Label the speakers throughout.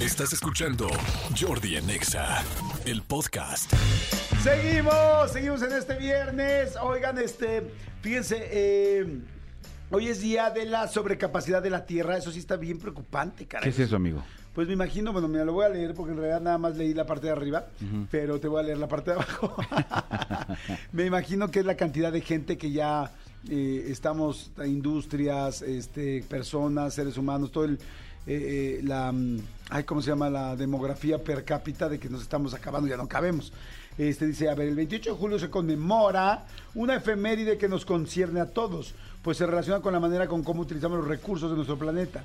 Speaker 1: Estás escuchando Jordi en EXA, el podcast.
Speaker 2: Seguimos, seguimos en este viernes. Oigan, este, fíjense, eh, hoy es día de la sobrecapacidad de la Tierra. Eso sí está bien preocupante, caray.
Speaker 3: ¿Qué es eso, amigo?
Speaker 2: Pues me imagino, bueno, mira, lo voy a leer porque en realidad nada más leí la parte de arriba, pero te voy a leer la parte de abajo. me imagino que es la cantidad de gente que ya eh, estamos, industrias, este, personas, seres humanos, todo el, eh, eh, la, mm, ay, ¿cómo se llama? La demografía per cápita de que nos estamos acabando, ya no cabemos. Este dice, a ver, el 28 de julio se conmemora una efeméride que nos concierne a todos, pues se relaciona con la manera con cómo utilizamos los recursos de nuestro planeta.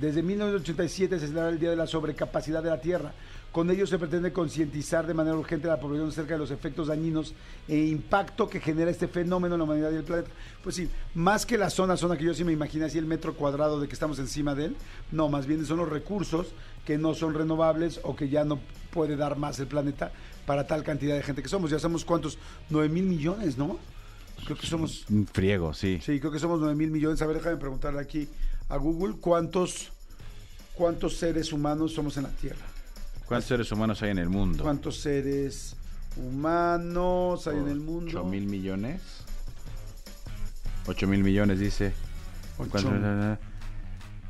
Speaker 2: Desde 1987 se celebra el Día de la Sobrecapacidad de la Tierra. Con ello se pretende concientizar de manera urgente a la población acerca de los efectos dañinos e impacto que genera este fenómeno en la humanidad y el planeta. Pues sí, más que la zona, zona que yo sí me imagino así el metro cuadrado de que estamos encima de él, no, más bien son los recursos que no son renovables o que ya no puede dar más el planeta para tal cantidad de gente que somos. Ya somos cuántos, 9 mil millones, ¿no? Creo que somos...
Speaker 3: Un friego, sí.
Speaker 2: Sí, creo que somos 9 mil millones. A ver, déjame preguntarle aquí a Google cuántos, cuántos seres humanos somos en la Tierra.
Speaker 3: ¿Cuántos seres humanos hay en el mundo?
Speaker 2: ¿Cuántos seres humanos hay en el mundo?
Speaker 3: 8 mil millones. 8 mil millones, dice.
Speaker 2: Ocho.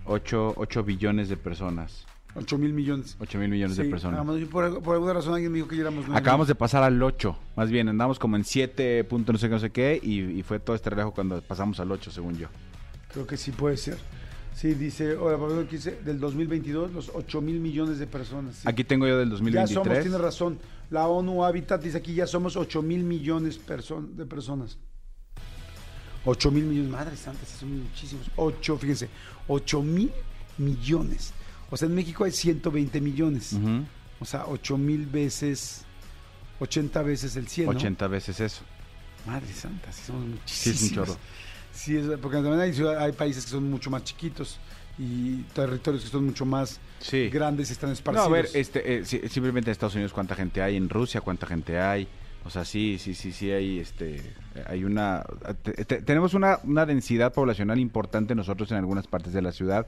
Speaker 3: 8, billones de personas.
Speaker 2: Ocho mil millones.
Speaker 3: 8 mil millones de
Speaker 2: Sí,
Speaker 3: personas.
Speaker 2: nada más, yo por, por alguna razón alguien me dijo que ya éramos nueve
Speaker 3: Acabamos
Speaker 2: mil.
Speaker 3: de pasar al 8. Más bien, andamos como en 7 punto no sé qué, no sé qué. Y, y fue todo este relajo cuando pasamos al 8, según yo.
Speaker 2: Creo que sí puede ser. Sí, dice, ahora, por ejemplo, aquí dice, del 2022, los 8 mil millones de personas. sí.
Speaker 3: Aquí tengo yo del
Speaker 2: ya somos,
Speaker 3: 2023.
Speaker 2: tiene razón. La ONU Habitat dice aquí ya somos 8 mil millones perso- de personas. 8 mil millones, madre santa, sí son muchísimos. 8, fíjense, 8 mil millones. O sea, en México hay 120 millones.
Speaker 3: Ujú,
Speaker 2: O sea, 8 mil veces, 80 veces el 100. ¿no?
Speaker 3: 80 veces eso.
Speaker 2: Madre santa, sí somos
Speaker 3: Sí,
Speaker 2: muchísimos.
Speaker 3: es un chorro.
Speaker 2: Sí, es- porque también hay, ciudad- hay países que son mucho más chiquitos y territorios que son mucho más
Speaker 3: Sí.
Speaker 2: grandes y están
Speaker 3: No,
Speaker 2: esparcidos.
Speaker 3: a ver, este, eh, si- simplemente en Estados Unidos cuánta gente hay, en Rusia cuánta gente hay. O sea, sí, sí, sí, sí, hay, este, eh, hay una... te- te- tenemos una, una densidad poblacional importante nosotros en algunas partes de la ciudad,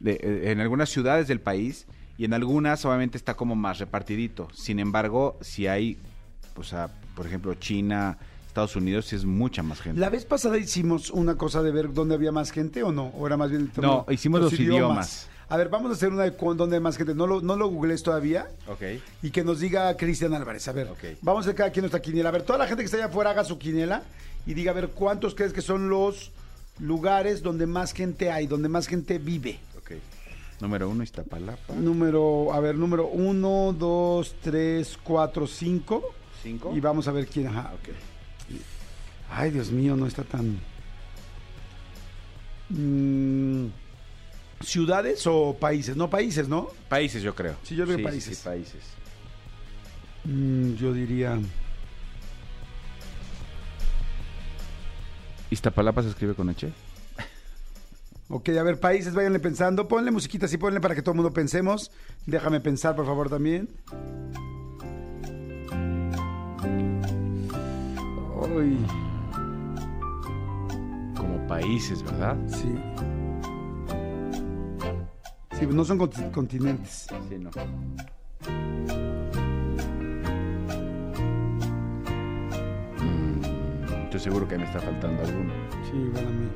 Speaker 3: de- eh, en algunas ciudades del país, y en algunas obviamente está como más repartidito. Sin embargo, si hay, o sea, por ejemplo, China, Estados Unidos, sí es mucha más gente.
Speaker 2: La vez pasada hicimos una cosa de ver dónde había más gente o no, o era más bien el tema-
Speaker 3: No, hicimos los idiomas.
Speaker 2: A ver, vamos a hacer una de cu- dónde hay más gente. No lo, no lo googlees todavía.
Speaker 3: Ok.
Speaker 2: Y que nos diga Cristian Álvarez. A ver,
Speaker 3: Ok.
Speaker 2: vamos a hacer cada quien nuestra quiniela. A ver, toda la gente que está allá afuera haga su quiniela y diga, a ver, ¿cuántos crees que son los lugares donde más gente hay, donde más gente vive?
Speaker 3: Ok. Número uno, Iztapalapa.
Speaker 2: Número, a ver, número 1, 2, 3, 4, 5.
Speaker 3: Cinco. Ah,
Speaker 2: Y vamos a ver quién. Ajá.
Speaker 3: Ok.
Speaker 2: Ay, Dios mío, no está tan. Mm, ¿Ciudades o países? No, países, ¿no?
Speaker 3: Países, yo creo.
Speaker 2: Sí, yo creo que países.
Speaker 3: sí, países.
Speaker 2: Mm, yo diría.
Speaker 3: ¿Iztapalapa se escribe con H?
Speaker 2: Ok, a ver, países, váyanle pensando. Ponle musiquita, sí, ponle para que todo el mundo pensemos. Déjame pensar, por favor, también. Ay,
Speaker 3: Como países, ¿verdad?
Speaker 2: sí. Sí, pues no son conti- continentes.
Speaker 3: Sí, no. Mm, Estoy seguro que me está faltando alguno.
Speaker 2: Sí, igual a mí.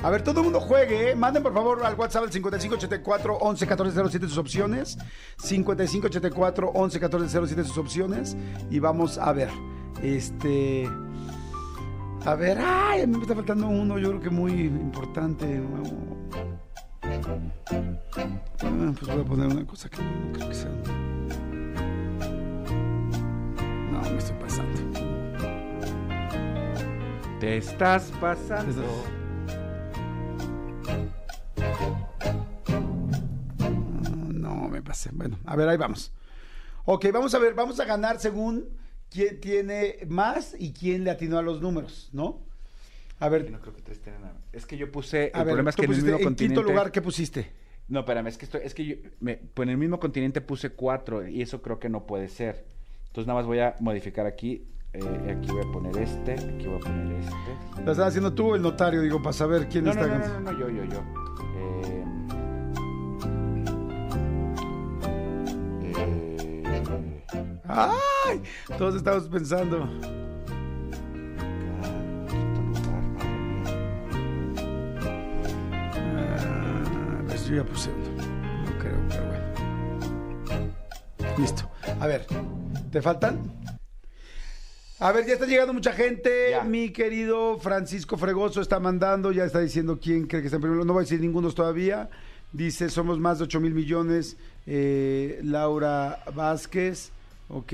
Speaker 2: A ver, todo el mundo juegue, ¿eh? Manden por favor al WhatsApp al 5584-111407 sus opciones. 5584-111407 sus opciones. Y vamos a ver. Este. A ver, ay, a mí me está faltando uno, yo creo que muy importante. Ah, pues voy a poner una cosa que no creo que sea. No, me estoy pasando.
Speaker 3: Te estás pasando.
Speaker 2: No, me pasé. Bueno, a ver, ahí vamos. Ok, vamos a ver, vamos a ganar según quién tiene más y quién le atinó a los números, ¿no? A ver,
Speaker 3: No creo que tres tengan nada. Es que yo puse.
Speaker 2: a ver,
Speaker 3: el problema es
Speaker 2: tú
Speaker 3: que en el
Speaker 2: pusiste-
Speaker 3: mismo
Speaker 2: en
Speaker 3: continente.
Speaker 2: quinto lugar, ¿qué pusiste?
Speaker 3: No, espérame, es que estoy, es que yo me- pues en el mismo continente puse cuatro y eso creo que no puede ser. Entonces nada más voy a modificar aquí. eh, aquí voy a poner este, aquí voy a poner este.
Speaker 2: ¿La estás haciendo tú o el notario? Digo, para saber quién
Speaker 3: No,
Speaker 2: está
Speaker 3: no, no,
Speaker 2: ganando.
Speaker 3: no, no, yo, yo, yo. Eh,
Speaker 2: ¡Ay! Todos estamos pensando. Ah, pues yo ya puse uno. No creo, pero bueno. Listo. A ver, ¿te faltan? A ver, ya está llegando mucha gente.
Speaker 3: Ya.
Speaker 2: Mi querido Francisco Fregoso está mandando, ya está diciendo quién cree que está en primer lugar. No voy a decir ningunos todavía. Dice, somos más de 8 mil millones. Eh, Laura Vázquez, ok.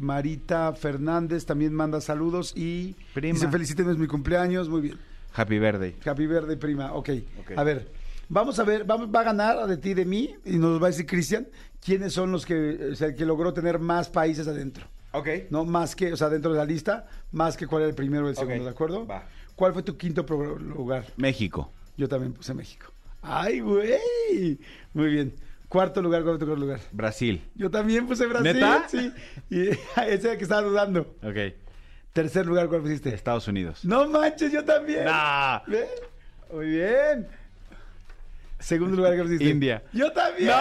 Speaker 2: Marita Fernández también manda saludos y
Speaker 3: Prima.
Speaker 2: dice, feliciten, es mi cumpleaños. Muy bien.
Speaker 3: Happy birthday.
Speaker 2: Happy Verde Prima,
Speaker 3: Ok.
Speaker 2: ok. A ver, vamos a ver, vamos, va a ganar de ti y de mí, y nos va a decir Cristian, quiénes son los que, o sea, el que logró tener más países adentro.
Speaker 3: Ok.
Speaker 2: No más que, o sea, dentro de la lista, más que cuál era el primero o el
Speaker 3: Ok,
Speaker 2: segundo, ¿de acuerdo?
Speaker 3: va.
Speaker 2: ¿Cuál fue tu quinto pro- lugar?
Speaker 3: México.
Speaker 2: Yo también puse México. ¡Ay, güey! Muy bien. Cuarto lugar, ¿cuál fue tu cuarto lugar?
Speaker 3: Brasil.
Speaker 2: Yo también puse Brasil.
Speaker 3: ¿Neta?
Speaker 2: Sí. Y ese era el que estaba dudando.
Speaker 3: Ok.
Speaker 2: Tercer lugar, ¿cuál pusiste?
Speaker 3: Estados Unidos.
Speaker 2: No manches, yo también.
Speaker 3: Nah.
Speaker 2: ¿Ve? Muy bien. Segundo lugar que pusiste.
Speaker 3: India.
Speaker 2: Yo también.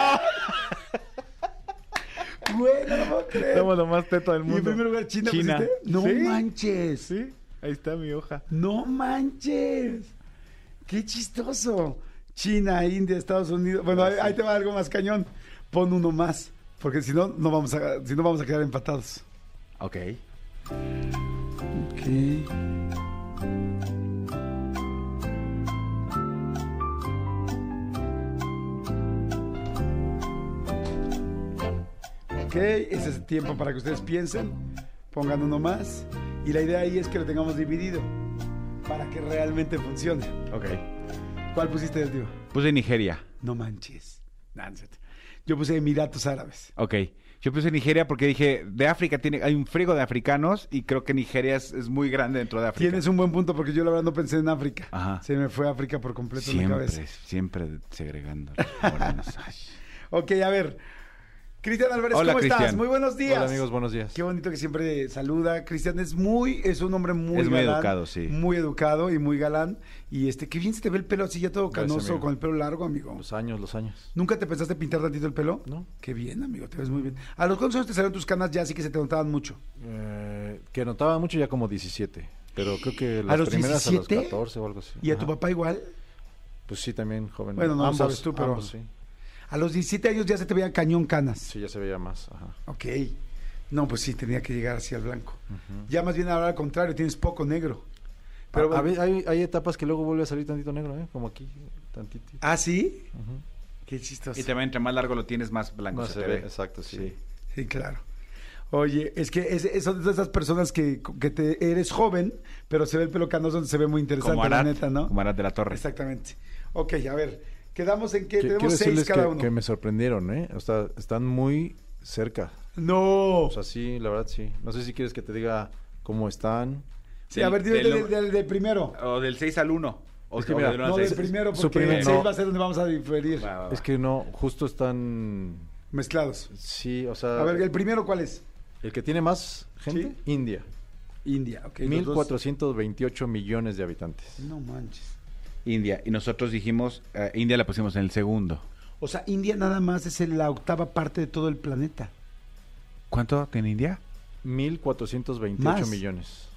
Speaker 2: Güey, no lo puedo creer.
Speaker 4: Somos lo más teto del
Speaker 2: y
Speaker 4: mundo.
Speaker 2: en primer lugar, China,
Speaker 4: China.
Speaker 2: pusiste. No
Speaker 4: Sí.
Speaker 2: manches.
Speaker 4: Sí, ahí está mi hoja.
Speaker 2: No manches. Qué chistoso. China, India, Estados Unidos. Bueno, ahí, ahí te va algo más cañón. Pon uno más. Porque si no, no vamos a, si no vamos a quedar empatados.
Speaker 3: Ok.
Speaker 2: Ok. Ok, ese es el tiempo para que ustedes piensen, pongan uno más. Y la idea ahí es que lo tengamos dividido para que realmente funcione.
Speaker 3: Ok.
Speaker 2: ¿Cuál pusiste, tío?
Speaker 3: Puse Nigeria.
Speaker 2: No manches. Nah, no es cierto. Yo puse Emiratos Árabes.
Speaker 3: Ok. Yo puse Nigeria porque dije, de África tiene, hay un frigo de africanos y creo que Nigeria es, es muy grande dentro de África.
Speaker 2: Tienes un buen punto porque yo la verdad no pensé en África.
Speaker 3: Ajá.
Speaker 2: Se me fue África por completo en la
Speaker 3: Siempre,
Speaker 2: cabeza.
Speaker 3: siempre segregando. a los morenos. Ay.
Speaker 2: Ok, a ver. Cristian Álvarez,
Speaker 3: Hola,
Speaker 2: ¿cómo estás?
Speaker 3: Cristian.
Speaker 2: Muy buenos días.
Speaker 4: Hola amigos, buenos días.
Speaker 2: Qué bonito que siempre saluda. Cristian es muy, es un hombre muy
Speaker 3: Es muy
Speaker 2: galán,
Speaker 3: educado, sí.
Speaker 2: Muy educado y muy galán. Y este, qué bien se te ve el pelo así ya todo
Speaker 4: Gracias,
Speaker 2: canoso,
Speaker 4: amigo.
Speaker 2: con el pelo largo, amigo.
Speaker 4: Los años, los años.
Speaker 2: ¿Nunca te pensaste pintar tantito el pelo?
Speaker 4: No.
Speaker 2: Qué bien, amigo, te ves muy bien. ¿A los cuántos años te salieron tus canas ya así que se te notaban mucho?
Speaker 4: Eh, que notaba mucho ya como 17. Pero creo que las
Speaker 2: ¿A los
Speaker 4: primeras a
Speaker 2: 17?
Speaker 4: los 14 o algo así.
Speaker 2: ¿Y a tu
Speaker 4: Ajá.
Speaker 2: papá igual?
Speaker 4: Pues sí, también joven.
Speaker 2: Bueno, no lo
Speaker 4: ambos,
Speaker 2: sabes tú, pero-
Speaker 4: ambos, sí.
Speaker 2: A los 17 años ya se te veían cañón canas.
Speaker 4: Sí, ya se veía más. Ajá.
Speaker 2: Ok. No, pues sí, tenía que llegar así al blanco. Ya más bien ahora al contrario, tienes poco negro. Pero
Speaker 4: Pero a,
Speaker 2: bueno.
Speaker 4: ve- hay, hay etapas que luego vuelve a salir tantito negro, ¿eh? Como aquí, tantito.
Speaker 2: ¿Ah, sí?
Speaker 4: Ujú.
Speaker 2: Qué chistoso.
Speaker 3: Y también entre más largo lo tienes, más
Speaker 2: Ah,
Speaker 3: blanco
Speaker 4: No
Speaker 3: se,
Speaker 4: se
Speaker 3: te
Speaker 4: ve,
Speaker 3: ve.
Speaker 4: exacto, sí.
Speaker 2: Sí, claro. Oye, es que es, es- son de esas personas que, que te, eres joven, pero se ve el pelo canoso, se ve muy interesante,
Speaker 3: Como
Speaker 2: la
Speaker 3: Arat,
Speaker 2: neta, ¿no?
Speaker 3: como Arat de la Torre.
Speaker 2: Exactamente. Ok, a ver, quedamos en que
Speaker 4: Que- quiero
Speaker 2: tenemos seis
Speaker 4: decirles
Speaker 2: cada
Speaker 4: que,
Speaker 2: uno.
Speaker 4: que me sorprendieron, ¿eh? O sea, están muy cerca.
Speaker 2: No.
Speaker 4: O sea, sí, la verdad sí. No sé si quieres que te diga cómo están.
Speaker 2: sí, a ver, dime
Speaker 3: del-
Speaker 2: del, del- del primero.
Speaker 3: O del 6 al 1. O
Speaker 4: Es que mira,
Speaker 3: del uno al
Speaker 2: No, del
Speaker 3: seis.
Speaker 2: primero,
Speaker 4: Su
Speaker 2: porque
Speaker 4: primer-
Speaker 2: el seis
Speaker 4: no.
Speaker 2: va a ser donde vamos a diferir.
Speaker 3: Va, va, va.
Speaker 4: Es que no, justo están.
Speaker 2: Mezclados.
Speaker 4: Sí, o sea.
Speaker 2: A ver, ¿el primero cuál es?
Speaker 4: El que tiene más gente, India.
Speaker 2: India, ok. los dos.
Speaker 4: 1.428 millones de habitantes.
Speaker 2: No manches.
Speaker 3: India. Y nosotros dijimos, eh, India la pusimos en el segundo.
Speaker 2: O sea, India nada más es la octava parte de todo el planeta.
Speaker 3: ¿Cuánto tiene India?
Speaker 4: 1.428
Speaker 2: Más.
Speaker 4: millones.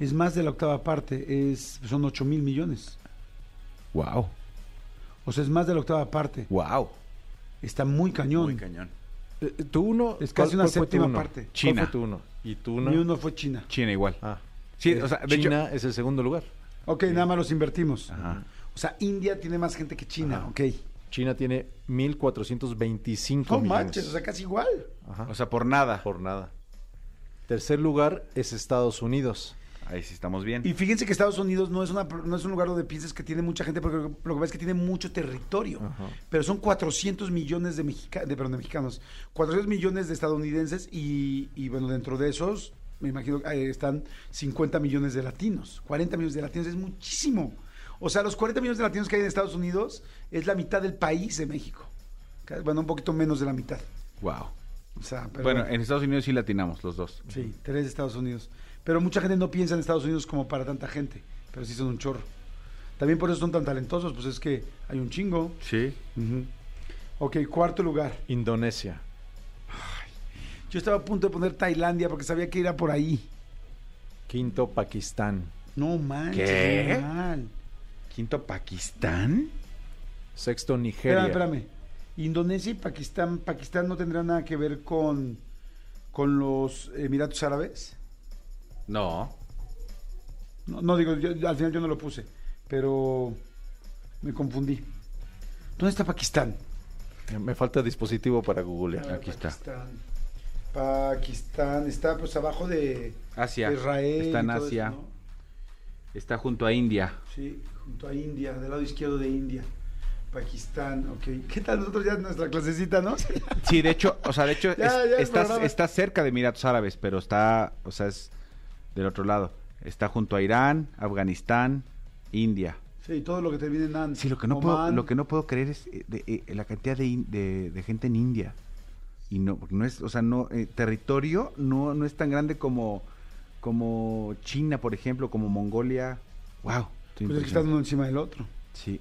Speaker 2: Es más de la octava parte, es, son 8 mil millones.
Speaker 3: Wow.
Speaker 2: O sea, es más de la octava parte.
Speaker 3: Wow.
Speaker 2: Está muy cañón.
Speaker 3: Muy cañón.
Speaker 4: Eh, eh, ¿Tú uno?
Speaker 2: Es
Speaker 4: ¿cuál-
Speaker 2: casi una
Speaker 4: cuál fue tu
Speaker 2: séptima
Speaker 4: uno?
Speaker 2: parte.
Speaker 4: ¿Cuál
Speaker 3: China.
Speaker 4: fue tu uno? ¿Y tú uno?
Speaker 2: Ni uno fue China.
Speaker 3: China igual.
Speaker 4: Ah.
Speaker 3: Sí,
Speaker 4: Eh,
Speaker 3: o sea, de
Speaker 4: China es el segundo lugar.
Speaker 2: Ok, nada más los invertimos.
Speaker 3: Ajá.
Speaker 2: O sea, India tiene más gente que China,
Speaker 4: Ajá.
Speaker 2: ok.
Speaker 4: China tiene 1.425
Speaker 2: No
Speaker 4: millones.
Speaker 2: manches, o sea, casi igual.
Speaker 4: Ajá.
Speaker 3: O sea, por nada.
Speaker 4: por nada. Tercer lugar es Estados Unidos.
Speaker 3: Ahí sí estamos bien.
Speaker 2: Y fíjense que Estados Unidos no es, una, no es un lugar donde pienses que tiene mucha gente, porque lo que pasa es que tiene mucho territorio.
Speaker 4: Ajá.
Speaker 2: Pero son 400 millones de, mexica- de, perdón, de mexicanos, 400 millones de estadounidenses y, y, bueno, dentro de esos, me imagino, eh, están 50 millones de latinos. 40 millones de latinos es muchísimo. O sea, los 40 millones de latinos que hay en Estados Unidos es la mitad del país de México. Ca- Bueno, un poquito menos de la mitad.
Speaker 3: Wow.
Speaker 2: O sea, pero
Speaker 3: Bueno, en Estados Unidos sí latinamos los dos.
Speaker 2: Sí, tres de Estados Unidos. Pero mucha gente no piensa en Estados Unidos como para tanta gente, pero sí son un chorro. También por eso son tan talentosos, pues es que hay un chingo.
Speaker 3: Sí.
Speaker 2: Ok, cuarto lugar.
Speaker 4: Indonesia.
Speaker 2: Yo Yo estaba a punto de poner Tailandia porque sabía que era por ahí.
Speaker 4: Quinto, Pakistán.
Speaker 2: No manches,
Speaker 3: ¿Qué?
Speaker 2: muy mal.
Speaker 3: ¿Quinto Pakistán?
Speaker 4: Sexto, Nigeria.
Speaker 2: Espérame, espérame. Indonesia y Pakistán. Pakistán no tendrá nada que ver con, con los Emiratos Árabes.
Speaker 3: No.
Speaker 2: No, no, digo, yo- yo- al final yo no lo puse, pero me confundí. ¿Dónde está Pakistán?
Speaker 4: Me falta dispositivo para googlear.
Speaker 3: Aquí está.
Speaker 2: Pakistán. Pakistán está pues abajo de
Speaker 3: Asia.
Speaker 2: de Israel.
Speaker 3: Está en
Speaker 2: y todo
Speaker 3: Asia.
Speaker 2: eso, ¿no?
Speaker 3: Está junto a India.
Speaker 2: Sí, junto a India, del lado izquierdo de India. Pakistán, ok. ¿Qué tal nosotros ya nuestra clasecita, no?
Speaker 3: Sí, de hecho, o sea, de hecho,
Speaker 2: Ya,
Speaker 3: es-
Speaker 2: ya el
Speaker 3: está,
Speaker 2: programa.
Speaker 3: está cerca de Emiratos Árabes, pero está, o sea, es del otro lado. Está junto a Irán, Afganistán, India.
Speaker 2: sí, todo lo que termina en An.
Speaker 3: Sí, lo que no, puedo,
Speaker 2: Oman. pues,
Speaker 3: lo que no puedo creer es eh, de, eh, la cantidad de, in- de- de gente en India. Y no, no es, o sea, no, eh, territorio no, no es tan grande como, como China, por ejemplo, como Mongolia. ¡Wow!
Speaker 2: Pues es que están uno encima del otro.
Speaker 3: Sí.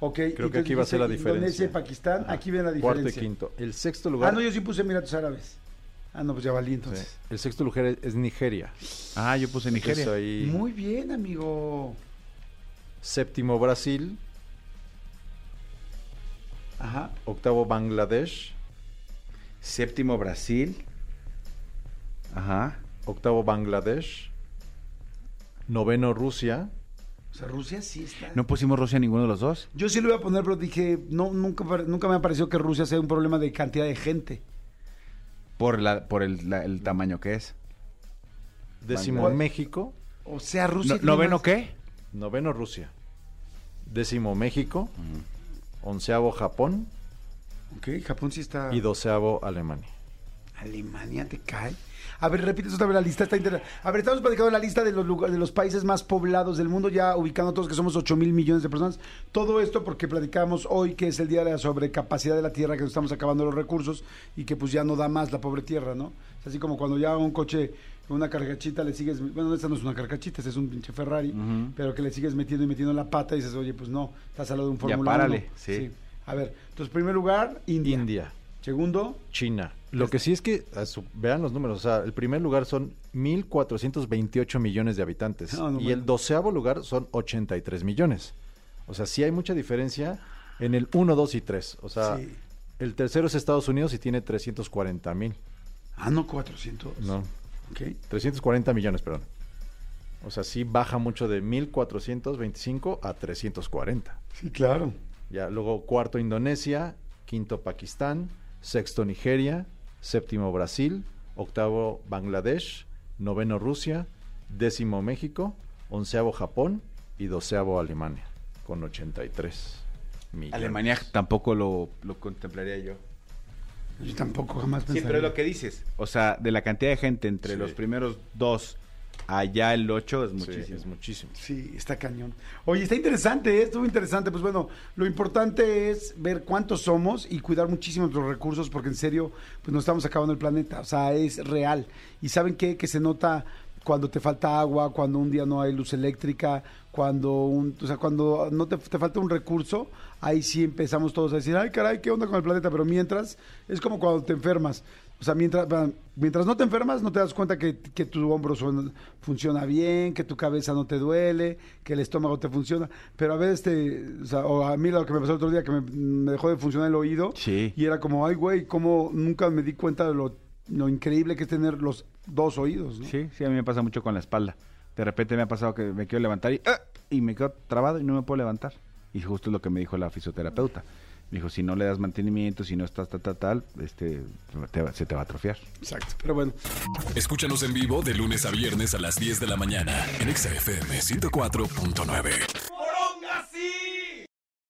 Speaker 2: Ok.
Speaker 4: Creo que
Speaker 2: entonces
Speaker 4: aquí va a ser la
Speaker 2: dijiste Indonesia y
Speaker 4: diferencia.
Speaker 2: Pakistán,
Speaker 4: Ajá.
Speaker 2: aquí ven la
Speaker 4: Cuarto y
Speaker 2: diferencia.
Speaker 4: quinto. El sexto lugar.
Speaker 2: ah, no, yo sí puse Emiratos Árabes. Ah, no, pues ya valí
Speaker 4: Sí.
Speaker 2: entonces.
Speaker 4: El sexto lugar es, es Nigeria.
Speaker 3: Ah, yo puse Nigeria.
Speaker 4: Entonces ahí-
Speaker 2: Muy bien, amigo.
Speaker 4: Séptimo, Brasil.
Speaker 2: Ajá.
Speaker 4: Octavo, Bangladesh.
Speaker 3: Séptimo, Brasil. Ajá.
Speaker 4: Octavo, Bangladesh. Noveno, Rusia.
Speaker 2: O sea, Rusia sí está.
Speaker 3: No pusimos Rusia ninguno de los dos.
Speaker 2: Yo sí lo iba a poner, pero dije, no, nunca, pare- nunca me ha parecido que Rusia sea un problema de cantidad de gente.
Speaker 3: Por, la, por el, la- el tamaño que es.
Speaker 4: Décimo,
Speaker 2: Bangladesh.
Speaker 4: México.
Speaker 2: O sea, Rusia.
Speaker 3: No-
Speaker 2: tiene
Speaker 3: ¿Noveno
Speaker 2: más-
Speaker 3: qué?
Speaker 4: Noveno, Rusia. Décimo, México. Onceavo, Japón.
Speaker 2: Ok, Japón sí está.
Speaker 4: Y doceavo, Alemania.
Speaker 2: Alemania te cae. A ver, repites otra vez la lista. Está inter- A ver, estamos platicando la lista de los, lugar- de los países más poblados del mundo, ya ubicando todos que somos 8 mil millones de personas. Todo esto porque platicamos hoy que es el día de la sobrecapacidad de la tierra, que nos estamos acabando los recursos y que pues ya no da más la pobre tierra, ¿no? Es así como cuando ya a un coche, una cargachita le sigues. Bueno, esta no es una cargachita, esta es un pinche Ferrari,
Speaker 3: Ujú.
Speaker 2: pero que le sigues metiendo y metiendo la pata y dices, oye, pues no, estás al lado de un
Speaker 3: Ya
Speaker 2: Fórmula 1.
Speaker 3: párale, sí.
Speaker 2: A ver, entonces, primer lugar, India.
Speaker 4: India.
Speaker 2: Segundo,
Speaker 4: China. Lo que sí es que, a su- vean los números, o sea, el primer lugar son 1.428 millones de habitantes
Speaker 2: No, no
Speaker 4: y el
Speaker 2: mames.
Speaker 4: doceavo lugar son 83 millones. O sea, sí hay mucha diferencia en el 1, 2 y 3. O sea,
Speaker 2: Sí.
Speaker 4: el tercero es Estados Unidos y tiene 340 mil.
Speaker 2: ah, no, 400.
Speaker 4: No,
Speaker 2: Ok.
Speaker 4: 340 millones, perdón. O sea, sí baja mucho de 1.425 a 340.
Speaker 2: Sí, claro.
Speaker 4: Ya, luego cuarto Indonesia, quinto Pakistán, sexto Nigeria, séptimo Brasil, octavo Bangladesh, noveno Rusia, décimo México, onceavo Japón y doceavo Alemania, con 83 millones.
Speaker 3: Alemania tampoco lo, lo contemplaría yo.
Speaker 2: Yo tampoco jamás
Speaker 3: Sí,
Speaker 2: pensaría.
Speaker 3: pero es lo que dices. O sea, de la cantidad de gente entre
Speaker 4: Sí.
Speaker 3: los primeros dos allá el ocho es
Speaker 4: Sí,
Speaker 3: muchísimo.
Speaker 4: es muchísimo.
Speaker 2: Sí, está cañón. Oye, está interesante, ¿eh? estuvo interesante. Pues bueno, lo importante es ver cuántos somos y cuidar muchísimo nuestros recursos, porque en serio, pues nos estamos acabando el planeta. O sea, es real. Y saben qué? Que se nota cuando te falta agua, cuando un día no hay luz eléctrica, cuando un, o sea, cuando no te, te falta un recurso, ahí sí empezamos todos a decir, ay caray, ¿qué onda con el planeta? Pero mientras, es como cuando te enfermas. O sea, mientras, va, mientras no te enfermas, no te das cuenta que, que tu hombro suena- funciona bien, que tu cabeza no te duele, que el estómago te funciona. Pero a veces te. O, sea, o a mí lo que me pasó el otro día, que me, me dejó de funcionar el oído.
Speaker 3: Sí.
Speaker 2: Y era como, ay, güey, como nunca me di cuenta de lo, lo increíble que es tener los dos oídos, ¿no?
Speaker 3: Sí, sí, a mí me pasa mucho con la espalda. De repente me ha pasado que me quiero levantar y, ¡ah! y me quedo trabado y no me puedo levantar. Y justo es lo que me dijo la fisioterapeuta. Me dijo, si no le das mantenimiento, si no estás tal, tal, tal, este, te va- se te va a atrofiar.
Speaker 2: Exacto. Pero bueno.
Speaker 1: Escúchanos en vivo de lunes a viernes a las 10 de la mañana en Exa FM 104.9.